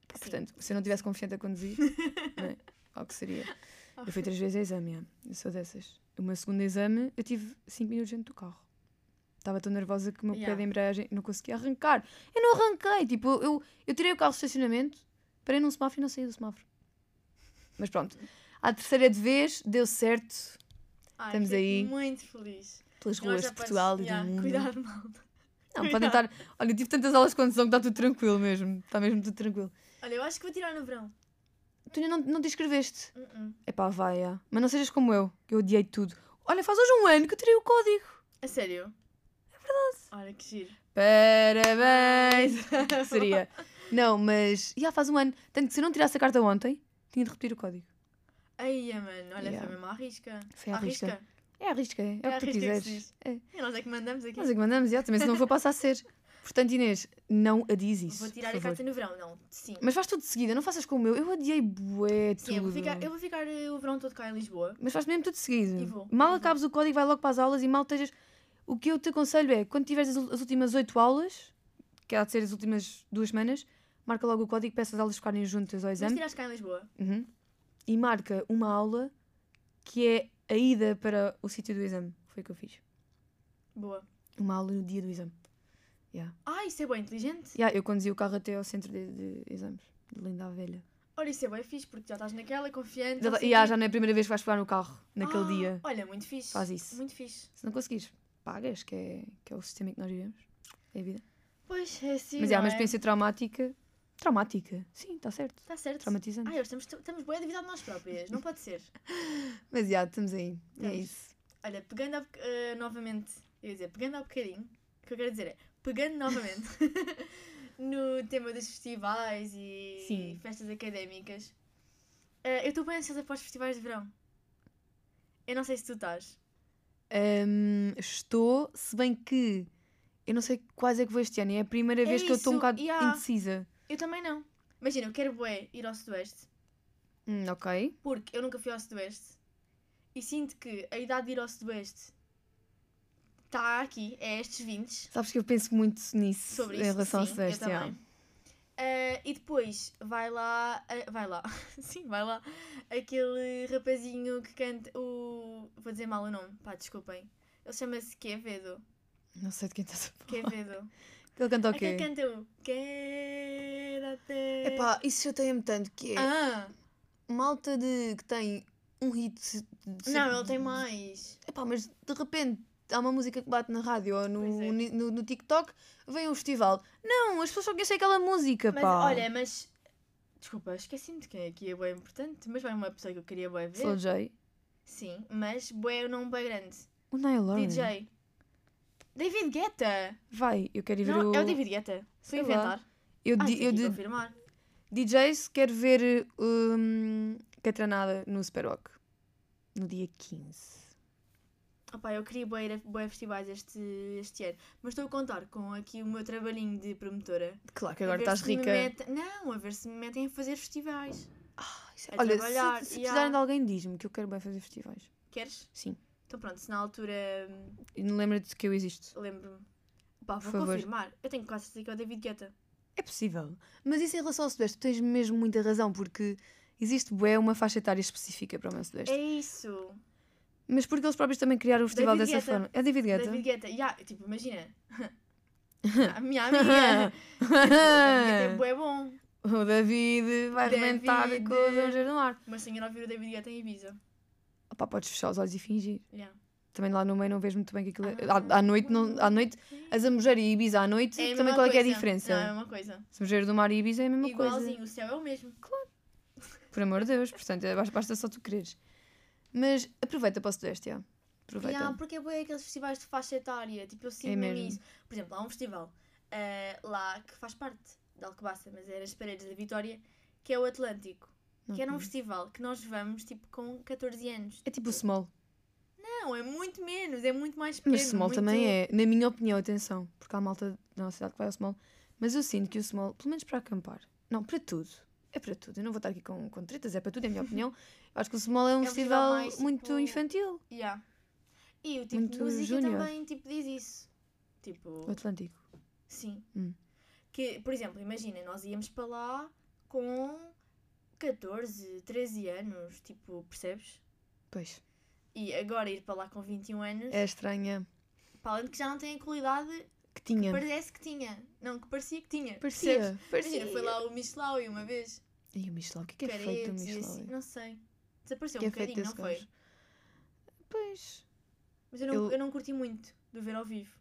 Speaker 1: Pá,
Speaker 2: Sim.
Speaker 1: Portanto, se eu não tivesse confiante a
Speaker 2: (laughs)
Speaker 1: conduzir, né? Ao que seria. Eu fui três vezes a exame, yeah. eu sou dessas. O meu segundo exame, eu tive cinco minutos dentro do carro. Estava tão nervosa que o meu pé
Speaker 2: Yeah.
Speaker 1: de embreagem não conseguia arrancar. Eu não arranquei, tipo, eu, eu, eu tirei o carro do estacionamento, parei num semáforo e não saí do semáforo. Mas pronto, à terceira de vez deu certo
Speaker 2: Oh, Ai,
Speaker 1: Estamos
Speaker 2: fico
Speaker 1: aí.
Speaker 2: muito feliz.
Speaker 1: pelas
Speaker 2: Nós
Speaker 1: ruas
Speaker 2: já
Speaker 1: de Portugal
Speaker 2: pareces-
Speaker 1: e do
Speaker 2: Yeah, (laughs)
Speaker 1: mundo.
Speaker 2: Cuidado, malta.
Speaker 1: Não, podem estar. Olha, eu tive tantas aulas de condução que está tudo tranquilo mesmo. Está mesmo tudo tranquilo.
Speaker 2: Olha, eu acho que vou tirar no verão.
Speaker 1: Tu ainda não, não te inscreveste.
Speaker 2: Uh-uh.
Speaker 1: É pá, vai, yeah. mas não sejas como eu, que eu odiei tudo. Olha, faz hoje um ano que eu tirei o código.
Speaker 2: A sério? É verdade. Olha que giro.
Speaker 1: Parabéns! (laughs) Seria. Não, mas já faz um ano. Tanto que se eu não tirasse a carta ontem, tinha de repetir o código.
Speaker 2: Aí, mano, olha,
Speaker 1: Yeah.
Speaker 2: foi mesmo à risca.
Speaker 1: Foi à risca. É a risca, é,
Speaker 2: É
Speaker 1: o
Speaker 2: à
Speaker 1: que tu
Speaker 2: risca que se
Speaker 1: quiseres.
Speaker 2: diz.
Speaker 1: É.
Speaker 2: E nós é que mandamos aqui.
Speaker 1: Nós é que mandamos, já, também se não vou passar a ser. Portanto, Inês, não adiz isso.
Speaker 2: vou tirar
Speaker 1: por
Speaker 2: a
Speaker 1: favor.
Speaker 2: carta no verão, não. Sim.
Speaker 1: Mas faz tudo de seguida, não faças como eu. Eu adiei bué tudo.
Speaker 2: Sim, eu vou, ficar, eu vou ficar eh, o verão todo cá em Lisboa.
Speaker 1: Mas faz mesmo tudo de seguida.
Speaker 2: E vou,
Speaker 1: Mal
Speaker 2: e vou.
Speaker 1: acabes o código, vai logo para as aulas e mal estejas. O que eu te aconselho é, quando tiveres as ul- as últimas oito aulas, que há de ser as últimas duas semanas, marca logo o código e peças as aulas ficarem juntas ao
Speaker 2: Mas
Speaker 1: exame.
Speaker 2: tiraste cá em Lisboa.
Speaker 1: Uhum. E marca uma aula que é a ida para o sítio do exame. Foi o que eu fiz.
Speaker 2: Boa.
Speaker 1: Uma aula no dia do exame.
Speaker 2: Ah, isso é bem inteligente.
Speaker 1: Yeah, eu conduzi o carro até ao centro de, de exames, de Linda a Velha.
Speaker 2: Olha, isso é bem fixe, porque já estás naquela, confiante.
Speaker 1: Já,
Speaker 2: não
Speaker 1: tá-
Speaker 2: sei
Speaker 1: yeah,
Speaker 2: quê.
Speaker 1: já não é a primeira vez que vais pegar no carro, naquele
Speaker 2: Ah,
Speaker 1: dia.
Speaker 2: Olha, muito fixe.
Speaker 1: Faz isso.
Speaker 2: Muito fixe.
Speaker 1: Se não conseguires, pagas, que é, que é o sistema em que nós vivemos. É a vida.
Speaker 2: Pois, é assim.
Speaker 1: Mas é
Speaker 2: não
Speaker 1: uma
Speaker 2: é?
Speaker 1: experiência traumática. Traumática, sim, está certo.
Speaker 2: Está Tá certo.
Speaker 1: Traumatizante.
Speaker 2: Ai, hoje estamos, estamos boa a duvidar de nós próprias. Não pode ser.
Speaker 1: Mas já, estamos aí. É
Speaker 2: Estamos.
Speaker 1: isso.
Speaker 2: Olha, pegando ao boc- eh, novamente, eu ia dizer, pegando ao bocadinho, o que eu quero dizer é, pegando novamente (laughs) no tema dos festivais e
Speaker 1: Sim.
Speaker 2: festas académicas, eh, eu estou bem ansiosa para os festivais de verão. Eu não sei se tu estás.
Speaker 1: Hum, estou, se bem que eu não sei quais é que vou este ano. e É a primeira
Speaker 2: É
Speaker 1: vez que eu estou um
Speaker 2: isso,
Speaker 1: bocado
Speaker 2: yeah.
Speaker 1: indecisa.
Speaker 2: Eu também não. Imagina, eu quero bué ir ao Sudoeste.
Speaker 1: Hum, ok.
Speaker 2: Porque eu nunca fui ao Sudoeste e sinto que a idade de ir ao Sudoeste está aqui, é estes 20.
Speaker 1: Sabes que eu penso muito nisso
Speaker 2: Sobre
Speaker 1: em
Speaker 2: isto,
Speaker 1: relação
Speaker 2: sim,
Speaker 1: ao
Speaker 2: eu
Speaker 1: Sebastião.
Speaker 2: também. Ah, e depois vai lá, ah, vai lá, (laughs) sim, vai lá, aquele rapazinho que canta o. Vou dizer mal o nome, pá, desculpem. Ele chama-se Quevedo.
Speaker 1: Não sei de quem estás a falar.
Speaker 2: Quevedo.
Speaker 1: (laughs) Ele canta o
Speaker 2: Aquele
Speaker 1: quê?
Speaker 2: que canta o. Quédate.
Speaker 1: Epá, isso chateia-me tanto que é
Speaker 2: Ah,
Speaker 1: malta de, que tem um hit. se- de-
Speaker 2: não, ele tem mais.
Speaker 1: Epá, mas de repente há uma música que bate na rádio ou no,
Speaker 2: Pois é.
Speaker 1: ni- no, no TikTok, vem um festival. Não, as pessoas só conhecem aquela música,
Speaker 2: Mas
Speaker 1: pá.
Speaker 2: olha, mas. Desculpa, esqueci-me de quem é que é bem importante, mas vai uma pessoa que eu queria bem ver.
Speaker 1: Slow J.
Speaker 2: Sim, mas bué é um nome bem grande.
Speaker 1: O Niall Horan.
Speaker 2: DJ. David Guetta.
Speaker 1: Vai, eu quero ir ver
Speaker 2: Não,
Speaker 1: o...
Speaker 2: é o David Guetta. Fui
Speaker 1: Sei lá.
Speaker 2: inventar.
Speaker 1: Eu,
Speaker 2: Ah,
Speaker 1: di-
Speaker 2: isso
Speaker 1: eu
Speaker 2: aqui
Speaker 1: di-
Speaker 2: confirmar.
Speaker 1: DJs, quero ver hum, Catranada no Superrock. No dia 15.
Speaker 2: Opa, eu queria bué ir a bué festivais este, este ano, mas estou a contar com aqui o meu trabalhinho de promotora.
Speaker 1: Claro que
Speaker 2: A
Speaker 1: agora
Speaker 2: ver
Speaker 1: estás
Speaker 2: se me
Speaker 1: rica.
Speaker 2: mete- Não, a ver se me metem a fazer festivais. a
Speaker 1: Olha,
Speaker 2: é trabalhar,
Speaker 1: se, se
Speaker 2: yeah.
Speaker 1: precisarem de alguém, diz-me que eu quero bem fazer festivais.
Speaker 2: Queres?
Speaker 1: Sim.
Speaker 2: Então pronto, se na altura hum,
Speaker 1: E não lembra-te que eu existo.
Speaker 2: lembro-me. Pá, vou
Speaker 1: favor.
Speaker 2: confirmar. Eu tenho quase certeza que é o David Guetta.
Speaker 1: É possível. Mas isso em relação ao Sudeste, tu tens mesmo muita razão, porque existe bué uma faixa etária específica para o meu Sudeste.
Speaker 2: É isso.
Speaker 1: Mas porque eles próprios também criaram o festival
Speaker 2: David
Speaker 1: dessa
Speaker 2: Guetta.
Speaker 1: forma. É David Guetta. (laughs)
Speaker 2: David Guetta. Ya, tipo, imagina. (laughs) A (laughs) minha amiga. tipo, o David Guetta é bué bom.
Speaker 1: o David vai
Speaker 2: David.
Speaker 1: arrebentar com o Avenger no ar.
Speaker 2: Mas tenho a ouvir o David Guetta em Ibiza.
Speaker 1: Opá, podes fechar os olhos e fingir.
Speaker 2: Ya.
Speaker 1: Também lá no meio não vês muito bem que aquilo é.
Speaker 2: Ah.
Speaker 1: À, à noite, não, à noite, as Amoreira e Ibiza à noite,
Speaker 2: É a
Speaker 1: também
Speaker 2: mesma
Speaker 1: qual é que é a
Speaker 2: coisa.
Speaker 1: diferença?
Speaker 2: Não, é a mesma coisa.
Speaker 1: Sujeiro do mar e Ibiza é a mesma
Speaker 2: Igualzinho,
Speaker 1: coisa.
Speaker 2: o céu é o mesmo.
Speaker 1: Por amor de Deus, portanto, é- basta- basta só tu quereres. Mas aproveita para o Sudeste, já. Aproveita.
Speaker 2: Yeah, porque é bem aqueles festivais de faixa etária, tipo, eu sinto mesmo
Speaker 1: mesmo.
Speaker 2: isso. Por exemplo, há um festival eh, lá que faz parte de Alcobaça, mas é nas paredes da Vitória, que é o Atlântico. Que era um
Speaker 1: Ok.
Speaker 2: festival que nós vamos, tipo, com 14 anos.
Speaker 1: É tipo o small.
Speaker 2: Não, é muito menos, é muito mais pequeno.
Speaker 1: Mas small
Speaker 2: muito...
Speaker 1: também é, na minha opinião, atenção, porque há malta da nossa cidade que vai ao small. Mas eu sinto que o small, pelo menos para acampar, não, para tudo. É para tudo. Eu não vou estar aqui com, com tretas, é para tudo, é a minha
Speaker 2: (laughs)
Speaker 1: opinião. Eu acho que o small é um
Speaker 2: um festival
Speaker 1: festival
Speaker 2: mais,
Speaker 1: muito
Speaker 2: tipo,
Speaker 1: infantil.
Speaker 2: Yeah. E o tipo
Speaker 1: Muito
Speaker 2: de música
Speaker 1: júnior. Hum.
Speaker 2: também, tipo, diz isso. Tipo,
Speaker 1: O Atlântico.
Speaker 2: sim.
Speaker 1: Hum.
Speaker 2: Que, por exemplo, imagina, nós íamos para lá com 14, 13 anos, tipo, percebes?
Speaker 1: Pois.
Speaker 2: E agora ir para lá com 21 anos,
Speaker 1: É estranha.
Speaker 2: para além de que já não tem a qualidade
Speaker 1: Que tinha.
Speaker 2: parece que tinha. Não, que parecia que tinha. percebes?
Speaker 1: Parecia. Parecia.
Speaker 2: Imagina, foi lá o Michelau uma vez.
Speaker 1: E o Michelau, o que é, que é feito do
Speaker 2: Caretos e
Speaker 1: Michelau?
Speaker 2: assim, não sei. Desapareceu
Speaker 1: que
Speaker 2: um
Speaker 1: é feito
Speaker 2: bocadinho,
Speaker 1: desse
Speaker 2: não foi?
Speaker 1: gajo? Pois.
Speaker 2: Mas eu não,
Speaker 1: Ele-
Speaker 2: eu não curti muito do ver ao vivo.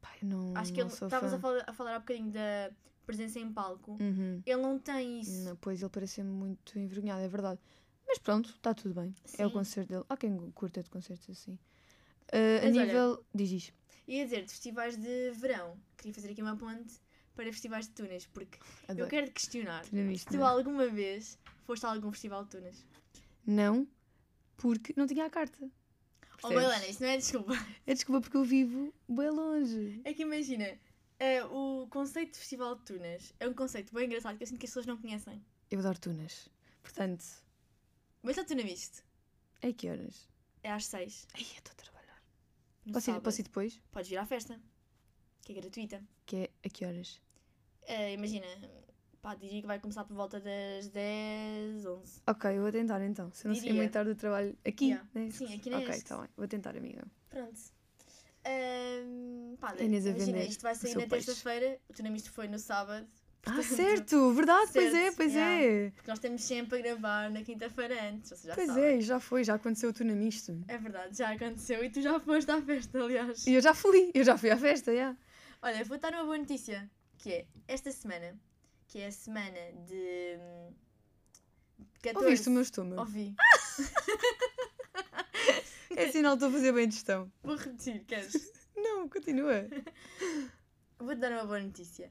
Speaker 1: Pá, eu não.
Speaker 2: Acho que
Speaker 1: não
Speaker 2: ele
Speaker 1: sou
Speaker 2: estavas
Speaker 1: fã.
Speaker 2: a falar, a falar há bocadinho da presença em palco.
Speaker 1: Uhum.
Speaker 2: Ele não tem isso.
Speaker 1: Não, pois ele parecia-me muito envergonhado, é verdade. Mas pronto, está tudo bem. É o
Speaker 2: Sim.
Speaker 1: concerto dele. Há quem curta de concertos assim. Ah, a
Speaker 2: Mas olha-
Speaker 1: nível. Diz isto.
Speaker 2: Ia dizer, de festivais de verão, queria fazer aqui uma ponte para festivais de Tunas, porque eu
Speaker 1: Adoro.
Speaker 2: quero te questionar se
Speaker 1: Tinha visto,
Speaker 2: tu
Speaker 1: não é?
Speaker 2: alguma vez foste a algum festival de Tunas.
Speaker 1: Não, porque não tinha a carta.
Speaker 2: Oh,
Speaker 1: Percebes?
Speaker 2: Melana, isso não é desculpa. (laughs)
Speaker 1: É desculpa porque eu vivo bem longe.
Speaker 2: É que imagina, eh, o conceito de Festival de Tunas é um conceito bem engraçado que eu sinto que as pessoas não conhecem.
Speaker 1: Eu adoro tunas. Portanto,
Speaker 2: Mas já tu não viste?
Speaker 1: é que horas?
Speaker 2: É às seis.
Speaker 1: Ai, eu estou a trabalhar.
Speaker 2: no
Speaker 1: Posso ir,
Speaker 2: sábado.
Speaker 1: posso ir depois?
Speaker 2: Podes vir à festa, que é gratuita.
Speaker 1: Que é a que horas?
Speaker 2: Eh, imagina, pá, diria que vai começar por volta das 10, 11.
Speaker 1: Ok, eu vou tentar então. Se eu não cheguei
Speaker 2: Diria.
Speaker 1: muito tarde do trabalho aqui,
Speaker 2: Yeah.
Speaker 1: né?
Speaker 2: Sim, aqui
Speaker 1: Ok,
Speaker 2: neste.
Speaker 1: está bem. Vou tentar, amiga.
Speaker 2: Pronto. Ehm, pá,
Speaker 1: A Inês a
Speaker 2: imagina,
Speaker 1: vender
Speaker 2: isto vai
Speaker 1: o
Speaker 2: sair
Speaker 1: seu
Speaker 2: na
Speaker 1: peixe.
Speaker 2: terça-feira, o Tunamisto foi no sábado. (laughs)
Speaker 1: Ah,
Speaker 2: portanto,
Speaker 1: certo! Verdade, pois é,
Speaker 2: Certo, Tá
Speaker 1: pois é.
Speaker 2: Porque nós temos sempre a gravar na quinta-feira antes, vocês já
Speaker 1: Pois
Speaker 2: sabem.
Speaker 1: é, já foi, já aconteceu o tunamisto.
Speaker 2: É verdade, já aconteceu e tu já foste à festa, aliás.
Speaker 1: E eu já fui, eu já fui à festa, já.
Speaker 2: Olha, vou dar uma boa notícia, que é esta semana, que é a semana de hum, 14...
Speaker 1: Ouviste o meu estômago?
Speaker 2: Ouvi.
Speaker 1: É sinal que estou a fazer bem digestão.
Speaker 2: Vou repetir, queres?
Speaker 1: Não, continua.
Speaker 2: (laughs) Vou-te dar uma boa notícia.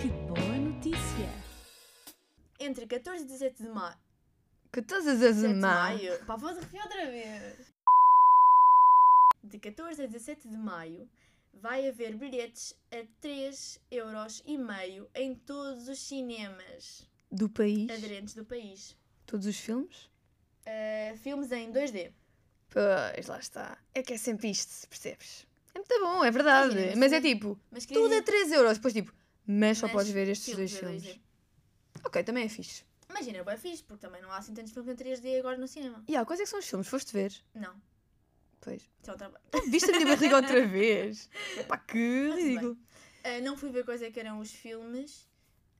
Speaker 3: Que boa notícia!
Speaker 2: Entre 14 e 17 de, ma
Speaker 1: 14 as
Speaker 2: 17 de
Speaker 1: maio.
Speaker 2: maio... Pá, vou repetir outra vez. De 14 a 17 de maio vai haver bilhetes a 3,5€ em todos os cinemas
Speaker 1: Do país,
Speaker 2: aderentes do país.
Speaker 1: todos os filmes.
Speaker 2: Uh, filmes em 2D.
Speaker 1: Pois, lá está. É que é sempre isto, percebes? É muito bom, é verdade.
Speaker 2: Imagina,
Speaker 1: mas
Speaker 2: se-
Speaker 1: é tipo,
Speaker 2: Mas queria
Speaker 1: tudo a
Speaker 2: dizer
Speaker 1: 3 euros. Depois, tipo, mas só
Speaker 2: Mas tipo,
Speaker 1: podes ver estes
Speaker 2: filmes
Speaker 1: dois
Speaker 2: a
Speaker 1: filmes.
Speaker 2: 2D.
Speaker 1: Ok, também é fixe.
Speaker 2: Imagina, é bem fixe, porque também não há assim tantos filmes em 3D agora no cinema.
Speaker 1: E há, quais é que são os filmes? Foste ver?
Speaker 2: Não, (laughs)
Speaker 1: Pois.
Speaker 2: isso é um trabalho.
Speaker 1: Viste a minha barriga outra vez? Pá, que
Speaker 2: bem.
Speaker 1: ridículo.
Speaker 2: Uh, não fui ver quais é que eram os filmes.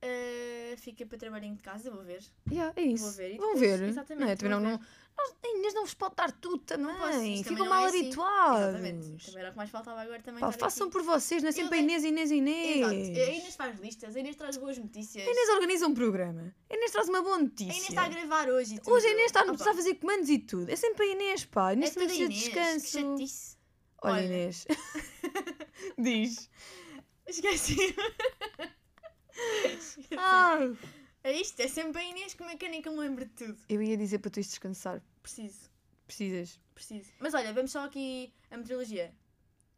Speaker 2: Uh, fica para trabalhinho de casa, vou ver.
Speaker 1: Yeah, é isso.
Speaker 2: Vou ver e
Speaker 1: Vão
Speaker 2: depois-
Speaker 1: ver.
Speaker 2: exatamente,
Speaker 1: Não é? Também
Speaker 2: vou
Speaker 1: não, não, nós, a Inês não vos pode dar tudo também.
Speaker 2: posso, isto
Speaker 1: Ficam
Speaker 2: também não
Speaker 1: mal
Speaker 2: é assim.
Speaker 1: habituados.
Speaker 2: Exatamente. Também era o que mais faltava agora também.
Speaker 1: Pá,
Speaker 2: estar
Speaker 1: façam
Speaker 2: aqui.
Speaker 1: por vocês, não é sempre a
Speaker 2: assim. Eu-
Speaker 1: Inês, Inês, Inês.
Speaker 2: Exato. A Inês faz listas, a Inês traz boas notícias.
Speaker 1: A Inês organiza um programa. A Inês traz uma boa
Speaker 2: A
Speaker 1: notícia.
Speaker 2: Inês está a gravar hoje. e tudo.
Speaker 1: Hoje a Inês está a
Speaker 2: Opa,
Speaker 1: precisar fazer comandos e tudo. É sempre a Inês, pá. A Inês
Speaker 2: é
Speaker 1: também
Speaker 2: tudo a
Speaker 1: precisa
Speaker 2: Inês, é
Speaker 1: de
Speaker 2: Que
Speaker 1: descanso.
Speaker 2: chatice. (laughs)
Speaker 1: Olha,
Speaker 2: Olha.
Speaker 1: Inês.
Speaker 2: (laughs)
Speaker 1: Diz. (laughs)
Speaker 2: Esqueci.
Speaker 1: Ah,
Speaker 2: É isto, é sempre a Inês, como é que eu nem que eu me lembro de tudo.
Speaker 1: eu ia dizer para tu ires descansar.
Speaker 2: Preciso,
Speaker 1: Precisas.
Speaker 2: preciso. Mas olha, vamos só aqui a meteorologia.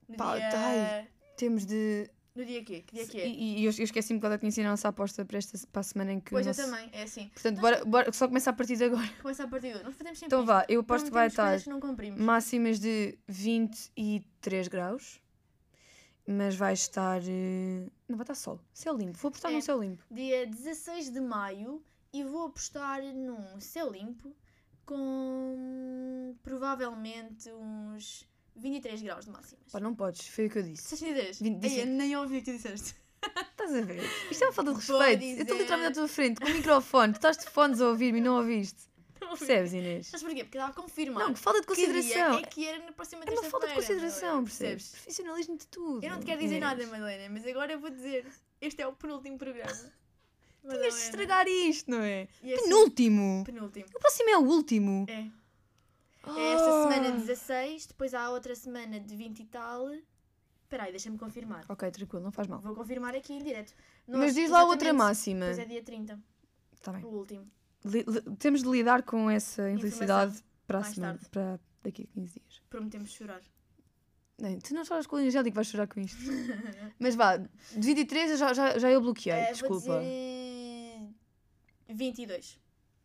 Speaker 2: No
Speaker 1: Pá,
Speaker 2: dia...
Speaker 1: tá aí. Temos de.
Speaker 2: No dia quê? Que dia que é?
Speaker 1: E, e eu, eu esqueci-me que ela tinha ensinado a nossa aposta para, esta, para a semana em que. o
Speaker 2: Pois
Speaker 1: nosso-
Speaker 2: eu também, é assim.
Speaker 1: Portanto, bora, bora só começa a partir de agora.
Speaker 2: Começa a partir de hoje. Nós fazemos sempre
Speaker 1: Então
Speaker 2: isto.
Speaker 1: vá, eu
Speaker 2: Não
Speaker 1: aposto que vai
Speaker 2: temos coisas
Speaker 1: estar
Speaker 2: que não cumprimos.
Speaker 1: máximas de 23 graus, mas vai estar. eh, Não vai estar sol. Céu limpo. Vou apostar
Speaker 2: É.
Speaker 1: num céu limpo.
Speaker 2: Dia 16 de maio e vou apostar num céu limpo com provavelmente uns 23 graus de máximas.
Speaker 1: Pá, não podes, foi o que eu disse.
Speaker 2: Disseste 23?
Speaker 1: Vinte-
Speaker 2: Ei,
Speaker 1: disse-
Speaker 2: eu nem ouvi o que tu disseste. (laughs)
Speaker 1: Estás a ver? Isto é uma falta de
Speaker 2: Vou
Speaker 1: respeito. Eu estou
Speaker 2: dizer-
Speaker 1: literalmente à tua frente, com o microfone. Tu estás de fones a ouvir-me e não ouviste.
Speaker 2: Não
Speaker 1: (laughs)
Speaker 2: ouvi.
Speaker 1: Percebes, Inês?
Speaker 2: Sabes porquê? Porque estava a confirmar.
Speaker 1: Não, que falta de
Speaker 2: que dia
Speaker 1: consideração.
Speaker 2: é que era na próxima
Speaker 1: É uma falta de
Speaker 2: terça-feira,
Speaker 1: consideração,
Speaker 2: Madalena,
Speaker 1: percebes? Profissionalismo de tudo.
Speaker 2: Eu não te quero dizer
Speaker 1: Inês.
Speaker 2: nada, Madalena, mas agora eu vou dizer. Este é o penúltimo
Speaker 1: (laughs)
Speaker 2: programa.
Speaker 1: Tinhas
Speaker 2: Madalena.
Speaker 1: de estragar isto, não é?
Speaker 2: E esse-
Speaker 1: Penúltimo.
Speaker 2: Penúltimo.
Speaker 1: O próximo é o último.
Speaker 2: É. É esta semana
Speaker 1: Ah.
Speaker 2: 16, depois há outra semana de 20 e tal. Espera aí, deixa-me confirmar.
Speaker 1: Ok, tranquilo, não faz mal.
Speaker 2: Vou confirmar aqui em direto.
Speaker 1: Mas diz lá outra
Speaker 2: exatamente,
Speaker 1: máxima.
Speaker 2: Depois é dia 30,
Speaker 1: Tá bem.
Speaker 2: o último.
Speaker 1: Li- li- temos de lidar com essa infelicidade para a
Speaker 2: mais
Speaker 1: semana,
Speaker 2: tarde.
Speaker 1: para daqui a 15 dias.
Speaker 2: Prometemos chorar.
Speaker 1: Não, tu não choras com o energético, vais chorar com (laughs) isto. Mas vá, de 23 eu já, já, já eu bloqueei,
Speaker 2: Eh,
Speaker 1: desculpa.
Speaker 2: Vou dizer eh, 22.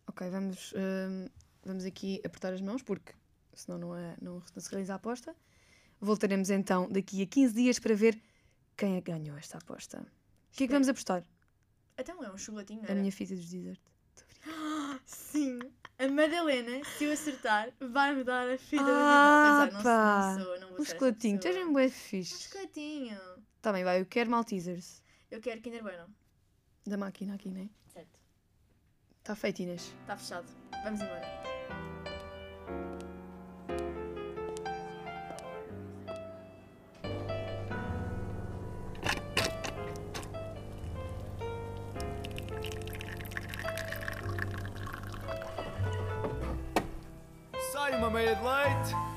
Speaker 1: Ok, vamos, hum, vamos aqui apertar as mãos, porque senão não, é, não, não se realiza a aposta. Voltaremos então daqui a 15 dias para ver quem é que ganhou esta aposta. O que é que vamos apostar?
Speaker 2: Então é um chocolatinho, não
Speaker 1: A
Speaker 2: era?
Speaker 1: minha fita dos desert.
Speaker 2: Sim. A Madalena, se eu acertar, vai-me dar a filha
Speaker 1: Ah,
Speaker 2: do Natal. Pois é,
Speaker 1: pá.
Speaker 2: Não, sou, não, sou, não vou
Speaker 1: Um
Speaker 2: ser essa
Speaker 1: chocolatinho, tu és
Speaker 2: pessoa.
Speaker 1: mesmo bué
Speaker 2: Um
Speaker 1: fixe.
Speaker 2: chocolatinho.
Speaker 1: Tá bem, vai, eu quero Maltesers.
Speaker 2: Eu quero Kinder Bueno.
Speaker 1: Da máquina aqui, né?
Speaker 2: Certo.
Speaker 1: Está feito, Inês.
Speaker 2: Está Tá fechado. Vamos embora.
Speaker 4: Sai uma meia de leite.